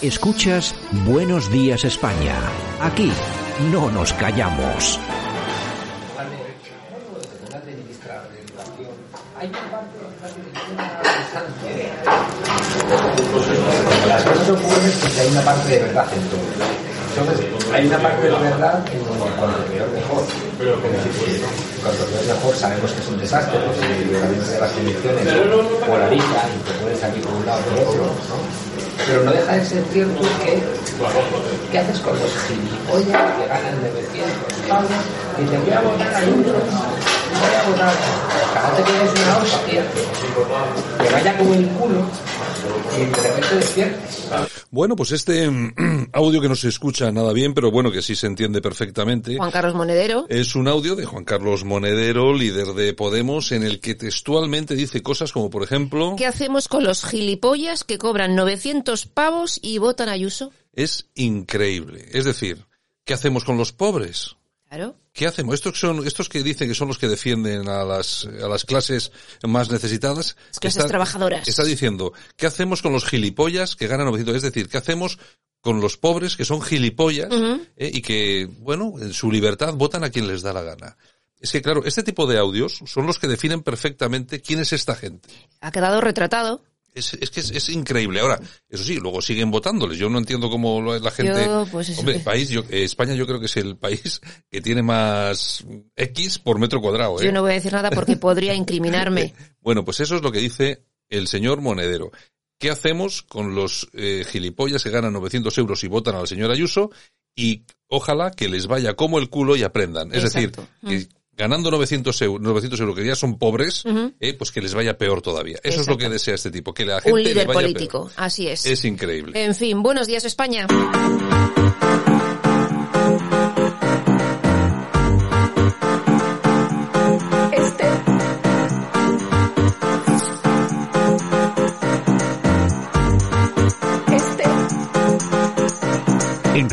Escuchas Buenos Días España. Aquí no nos callamos. Las cosas ocurren porque hay una parte de verdad en todo. Entonces, hay una parte de verdad en donde cuanto peor mejor. Es decir, que cuanto peor mejor sabemos que es un desastre, porque de las elecciones polarizan y te puedes salir por un lado o por otro. ¿no? Pero no deja de ser cierto que ¿qué haces con los gilipollas que ganan 900 pavos y te voy a votar a uno? Voy a votar. Cada te es una hostia que vaya como el culo y de repente despiertes. Bueno, pues este mm, audio que no se escucha nada bien, pero bueno, que sí se entiende perfectamente. Juan Carlos Monedero. Es un audio de Juan Carlos Monedero, líder de Podemos, en el que textualmente dice cosas como, por ejemplo, ¿Qué hacemos con los gilipollas que cobran 900 pavos y votan a Ayuso? es increíble. Es decir, ¿qué hacemos con los pobres? Claro. ¿Qué hacemos? Estos son estos que dicen que son los que defienden a las a las clases más necesitadas. Las clases trabajadoras. Está diciendo, ¿qué hacemos con los gilipollas que ganan 900? Es decir, ¿qué hacemos con los pobres que son gilipollas eh, y que, bueno, en su libertad votan a quien les da la gana? Es que claro, este tipo de audios son los que definen perfectamente quién es esta gente. Ha quedado retratado. Es, es que es, es increíble. Ahora, eso sí, luego siguen votándoles. Yo no entiendo cómo lo- la gente. Yo, pues eso Hombre, que- país, yo- eh, España yo creo que es el país que tiene más X por metro cuadrado. ¿eh? Yo no voy a decir nada porque podría incriminarme. Bueno, pues eso es lo que dice el señor Monedero. ¿Qué hacemos con los eh, gilipollas que ganan 900 euros y votan a la señora Ayuso? Y ojalá que les vaya como el culo y aprendan. Es Exacto. Mm. decir, que ganando 900 euros, 900 euros que ya son pobres, Ujú. eh, pues que les vaya peor todavía. Eso es lo Exacto. que desea este tipo, que la gente Un le líder vaya político. Así es. peor. Es increíble. En fin, buenos días España. En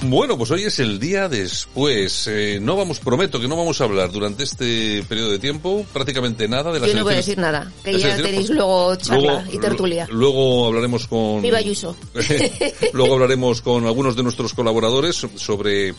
Bueno, pues hoy es el día después. Eh, no vamos, prometo que no vamos a hablar durante este periodo de tiempo prácticamente nada de las Yo no voy a elecciones- decir nada, que las ya elecciones- tenéis luego charla y tertulia. lu- Luego hablaremos con... Viva Ayuso. luego hablaremos con algunos de nuestros colaboradores sobre,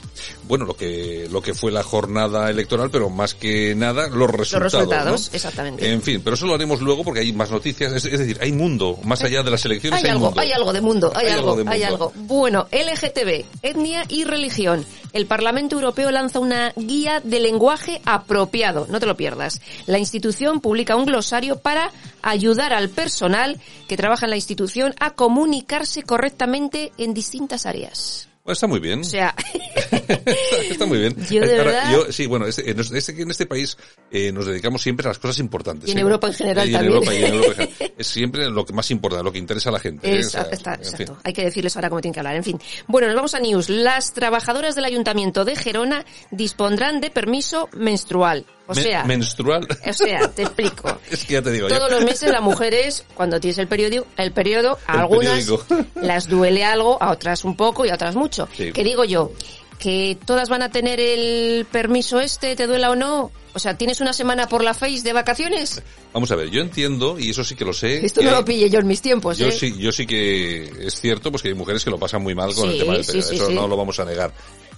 bueno, lo que, lo que fue la jornada electoral, pero más que nada los resultados. resultados, ¿no? exactamente. En fin, pero eso lo haremos luego porque hay más noticias. Es, es decir, hay mundo, más allá de las elecciones Hay hay, algo, mundo. hay algo de mundo, hay, Hay algo, algo de hay mundo. algo. Bueno, LGTB, etnia y religión. El Parlamento Europeo lanza una guía de lenguaje apropiado, no te lo pierdas. La institución publica un glosario para ayudar al personal que trabaja en la institución a comunicarse correctamente en distintas áreas. Bueno, Pues Está muy bien. O sea, Está- Está muy bien. Yo de verdad- yo- sí, bueno, este- en, este, en este país eh, nos dedicamos siempre a las cosas importantes. Y en siempre. Europa en general Y también. Europa, y en Europa en general. Es siempre lo que más importa, lo que interesa a la gente. ¿eh? O sea, Exacto, está- en fin. exacto. Hay que decirles ahora cómo tienen que hablar. En fin. Bueno, nos vamos a News. Las trabajadoras del Ayuntamiento de Gerona dispondrán de permiso menstrual. O Men- sea, menstrual. o sea, te explico. Es que ya te digo yo. Todos los meses las mujeres, cuando tienes el periodo, el periodo, a El algunas periódico. las duele algo, a otras un poco y a otras mucho. Sí. Que digo yo, que todas van a tener el permiso este, te duela o no. O sea, ¿tienes una semana por la face de vacaciones? Vamos a ver, yo entiendo, y eso sí que lo sé. Esto que no hay- lo pillé yo en mis tiempos, yo ¿eh? sí, yo sí que es cierto, pues que hay mujeres que lo pasan muy mal con el Sí, tema del sí, periodo. sí, eso sí. no lo vamos a negar.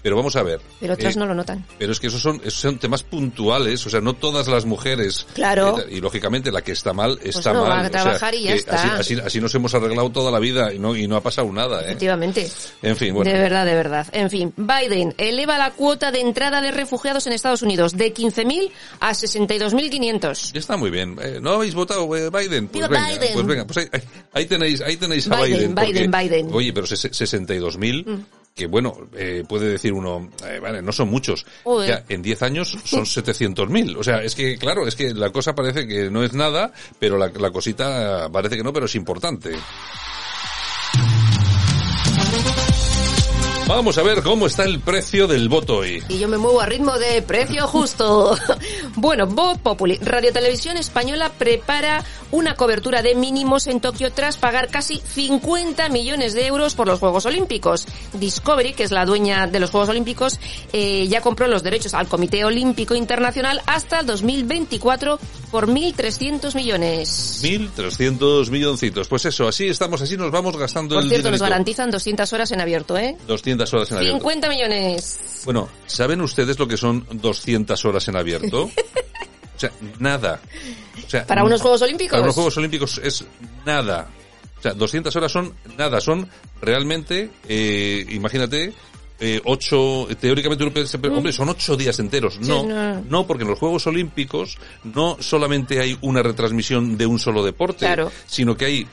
Pero vamos a ver. Pero otras eh, no lo notan. Pero es que esos son, esos son temas puntuales, o sea, no todas las mujeres. Claro. Pues eh, Y, lógicamente la que está mal está no, va mal. a o sea, trabajar y ya que está. Así, así- así nos hemos arreglado toda la vida y no, y no ha pasado nada, ¿eh? Efectivamente. En fin, bueno. De verdad, de verdad. En fin, Biden eleva la cuota de entrada de refugiados en Estados Unidos de 15.000 a 62.500. Ya está muy bien. Eh, ¿No habéis votado eh, Biden? Pues Viva venga, Pues, Biden. pues venga, pues ahí, ahí- ahí tenéis, ahí tenéis a Biden. Biden, Biden, porque- Biden. Mm. Oye, pero ses- 62.000, que bueno, eh, puede decir uno, eh, vale, no son muchos. Joder. Ya, en 10 años son 700.000. O sea, es que, claro, es que la cosa parece que no es nada, pero la, la cosita parece que no, pero es importante. Vamos a ver cómo está el precio del voto hoy. Y yo me muevo a ritmo de precio justo. bueno, Voz Populi, Radio Televisión Española prepara una cobertura de mínimos en Tokio tras pagar casi 50 millones de euros por los Juegos Olímpicos. Discovery, que es la dueña de los Juegos Olímpicos, eh, ya compró los derechos al Comité Olímpico Internacional hasta 2024 por 1.300 millones. 1.300 milloncitos. Pues eso, así estamos, así nos vamos gastando Por el cierto, nos dinerito. garantizan 200 horas en abierto, ¿eh? 200 horas en abierto. 50 millones. Bueno, ¿saben ustedes lo que son 200 horas en abierto? o sea, nada. O sea, ¿Para unos Juegos Olímpicos? Mm. Para unos Juegos Olímpicos es nada. O sea, 200 horas son nada, son realmente, eh, imagínate, eh, ocho, teóricamente uno piensa, pero, hombre, son ocho días enteros. No, Mm. no. no, porque en los Juegos Olímpicos no solamente hay una retransmisión de un solo deporte, Claro. sino que hay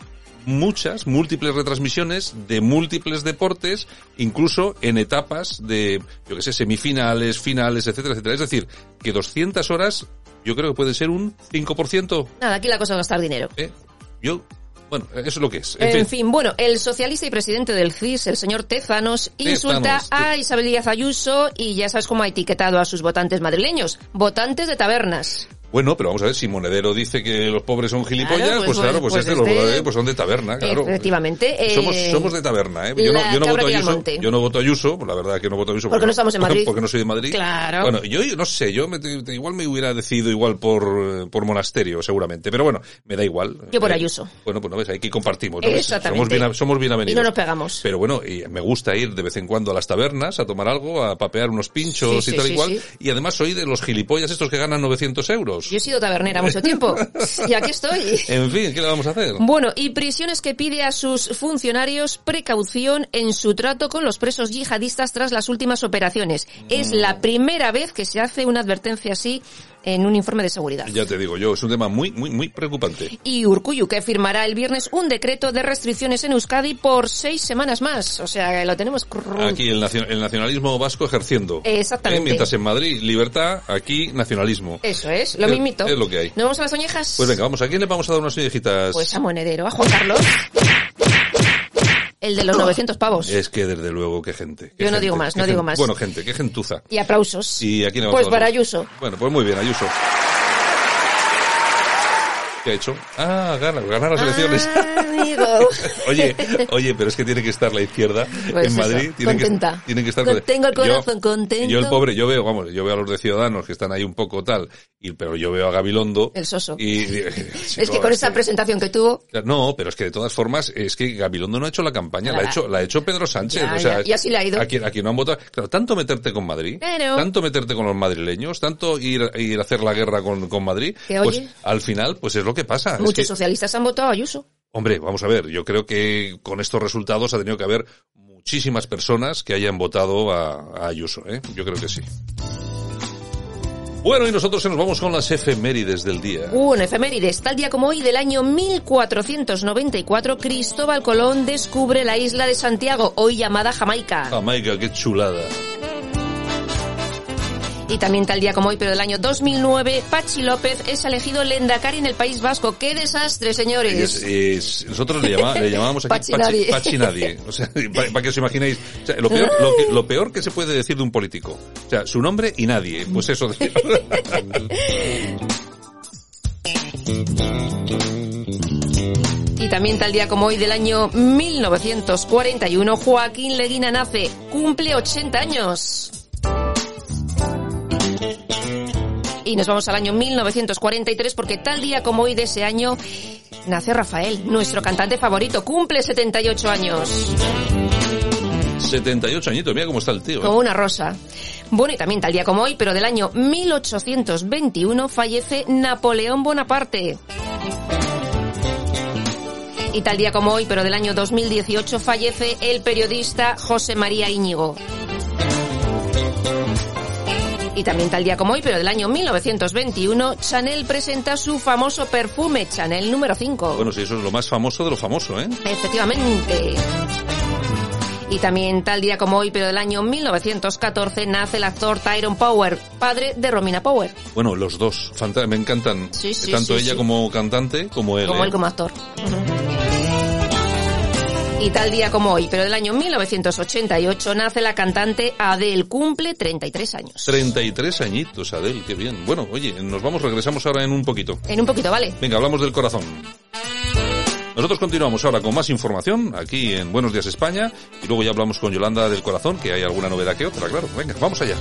muchas, múltiples retransmisiones de múltiples deportes, incluso en etapas de, yo que sé, semifinales, finales, etcétera, etcétera. Es decir, que 200 horas yo creo que pueden ser un 5%. Nada, aquí la cosa es gastar dinero. ¿eh? Yo, bueno, eh, eso es lo que es. En En, fin. fin. bueno, el socialista y presidente del CIS, el señor Tezanos, insulta Tezanos, a sí. Isabel Díaz Ayuso y ya sabes cómo ha etiquetado a sus votantes madrileños, votantes de tabernas. Bueno, pero vamos a ver, si Monedero dice que los pobres son gilipollas, Claro, pues, pues, claro, pues, pues, este, este- los votantes, pues son de taberna, claro. Efectivamente, eh, somos, somos de taberna, ¿eh? Yo la no, yo no cabra voto a tira al Ayuso, monte. yo no voto a Ayuso, pues la verdad que no voto a Ayuso. Porque no estamos en Madrid. Porque no soy de Madrid. Claro. Bueno, yo no sé, yo me- te- igual me hubiera decidido igual por, eh, por monasterio, seguramente. Pero bueno, me da igual. Yo por Eh, Ayuso. Bueno, pues no ves, aquí compartimos. ¿no ves? Exactamente. Somos bien, somos bien avenidos. Y no nos pegamos. Pero bueno, y me gusta ir de vez en cuando a las tabernas a tomar algo, a papear unos pinchos Sí, y sí, tal sí, y cual. sí. Y además soy de los gilipollas estos que ganan 900 euros. Eh, Yo he sido tabernera mucho tiempo y aquí estoy. En fin, ¿qué le vamos a hacer? Bueno, y prisiones que pide a sus funcionarios precaución en su trato con los presos yihadistas tras las últimas operaciones. Mm. Es la primera vez que se hace una advertencia así en un informe de seguridad. Ya te digo yo, es un tema muy, muy, muy preocupante. Y Urcuyu, que firmará el viernes un decreto de restricciones en Euskadi por seis semanas más. O sea, lo tenemos cru- Aquí el, nacio- el nacionalismo vasco ejerciendo. Exactamente. Eh, Eh, Mientras en Madrid, libertad, aquí nacionalismo. Eso es, lo Es- mismito. es lo que hay. ¿Nos vamos a las oñejas? Pues venga, vamos, ¿a quién le vamos a dar unas orejitas? Pues a Monedero, a Juan Carlos. El de los 900 pavos. Es que desde luego, qué gente. qué Yo no gente, digo más, qué no digo gente. más. Bueno, gente, qué gentuza. Y aplausos. ¿Y a quién le vamos Pues a dar? para Ayuso. Bueno, pues muy bien, Ayuso. ¿Qué ha hecho? Ah, gana, ganar las elecciones. Ah, amigo. Oye, oye, pero es que tiene que estar la izquierda Pues en eso, Madrid. Tiene contenta. Que, tiene que estar Con- tengo el corazón contento. Yo el pobre, yo veo, vamos, yo veo a los de Ciudadanos que están ahí un poco tal, y, pero yo veo a Gabilondo. El soso. Y, eh, es que con esa presentación que tuvo... No, pero es que de todas formas, es que Gabilondo no ha hecho la campaña, la, Nada. ha hecho, la ha hecho Pedro Sánchez. Ya, o sea, ya, y así le ha ido. A quien, a quien no han votado. Claro, tanto meterte con Madrid, Claro. tanto meterte con los madrileños, tanto ir, ir a hacer la guerra con, con Madrid, Que pues oye. al final, pues es lo que pasa. Es Muchos que- socialistas han votado a Ayuso. Hombre, vamos a ver, yo creo que con estos resultados ha tenido que haber muchísimas personas que hayan votado a, a Ayuso, ¿eh? Yo creo que sí. Bueno, y nosotros se nos vamos con las efemérides del día. Uh, en efemérides, tal día como hoy del año 1494, Cristóbal Colón descubre la isla de Santiago, hoy llamada Jamaica. Jamaica, Ah, qué chulada. Y también tal día como hoy, pero del año 2009, Pachi López es elegido Lendakari en el País Vasco. ¡Qué desastre, Y es- señores! es- nosotros le, llama- le llamábamos aquí Pachinadi. Pachi- Pachinadi. O sea, para, que os imaginéis, o sea, lo, peor, lo, que, lo peor que se puede decir de un político. O sea, su nombre y nadie. Pues eso. de- Y también tal día como hoy del año 1941, Joaquín Leguina nace, cumple 80 años. Y nos vamos al año 1943 porque tal día como hoy de ese año nace Rafael, nuestro cantante favorito, cumple 78 años, 78 añitos, mira cómo está el tío. ¿eh? como una rosa. Bueno, y también tal día como hoy, pero del año 1821 fallece Napoleón Bonaparte. Y tal día como hoy, pero del año 2018 fallece el periodista José María Íñigo. Y también tal día como hoy, pero del año 1921, Chanel presenta su famoso perfume, Chanel número 5. Bueno, sí, eso es lo más famoso de lo famoso, ¿eh? Efectivamente. Y también tal día como hoy, pero del año 1914, nace el actor Tyrone Power, padre de Romina Power, Bueno, los dos, fanta- me encantan. Sí, sí, Tanto sí, ella sí. eh, como cantante como él. como ¿eh? él como actor. Y tal día como hoy, pero del año 1988, nace la cantante Adele, cumple 33 años. 33 añitos, Adel, qué bien. Bueno, oye, nos vamos, regresamos ahora en un poquito. En un poquito, ¿vale? Venga, hablamos del corazón. Nosotros continuamos ahora con más información aquí en Buenos Días España y luego ya hablamos con Yolanda del Corazón, que hay alguna novedad que otra, claro. Venga, vamos allá.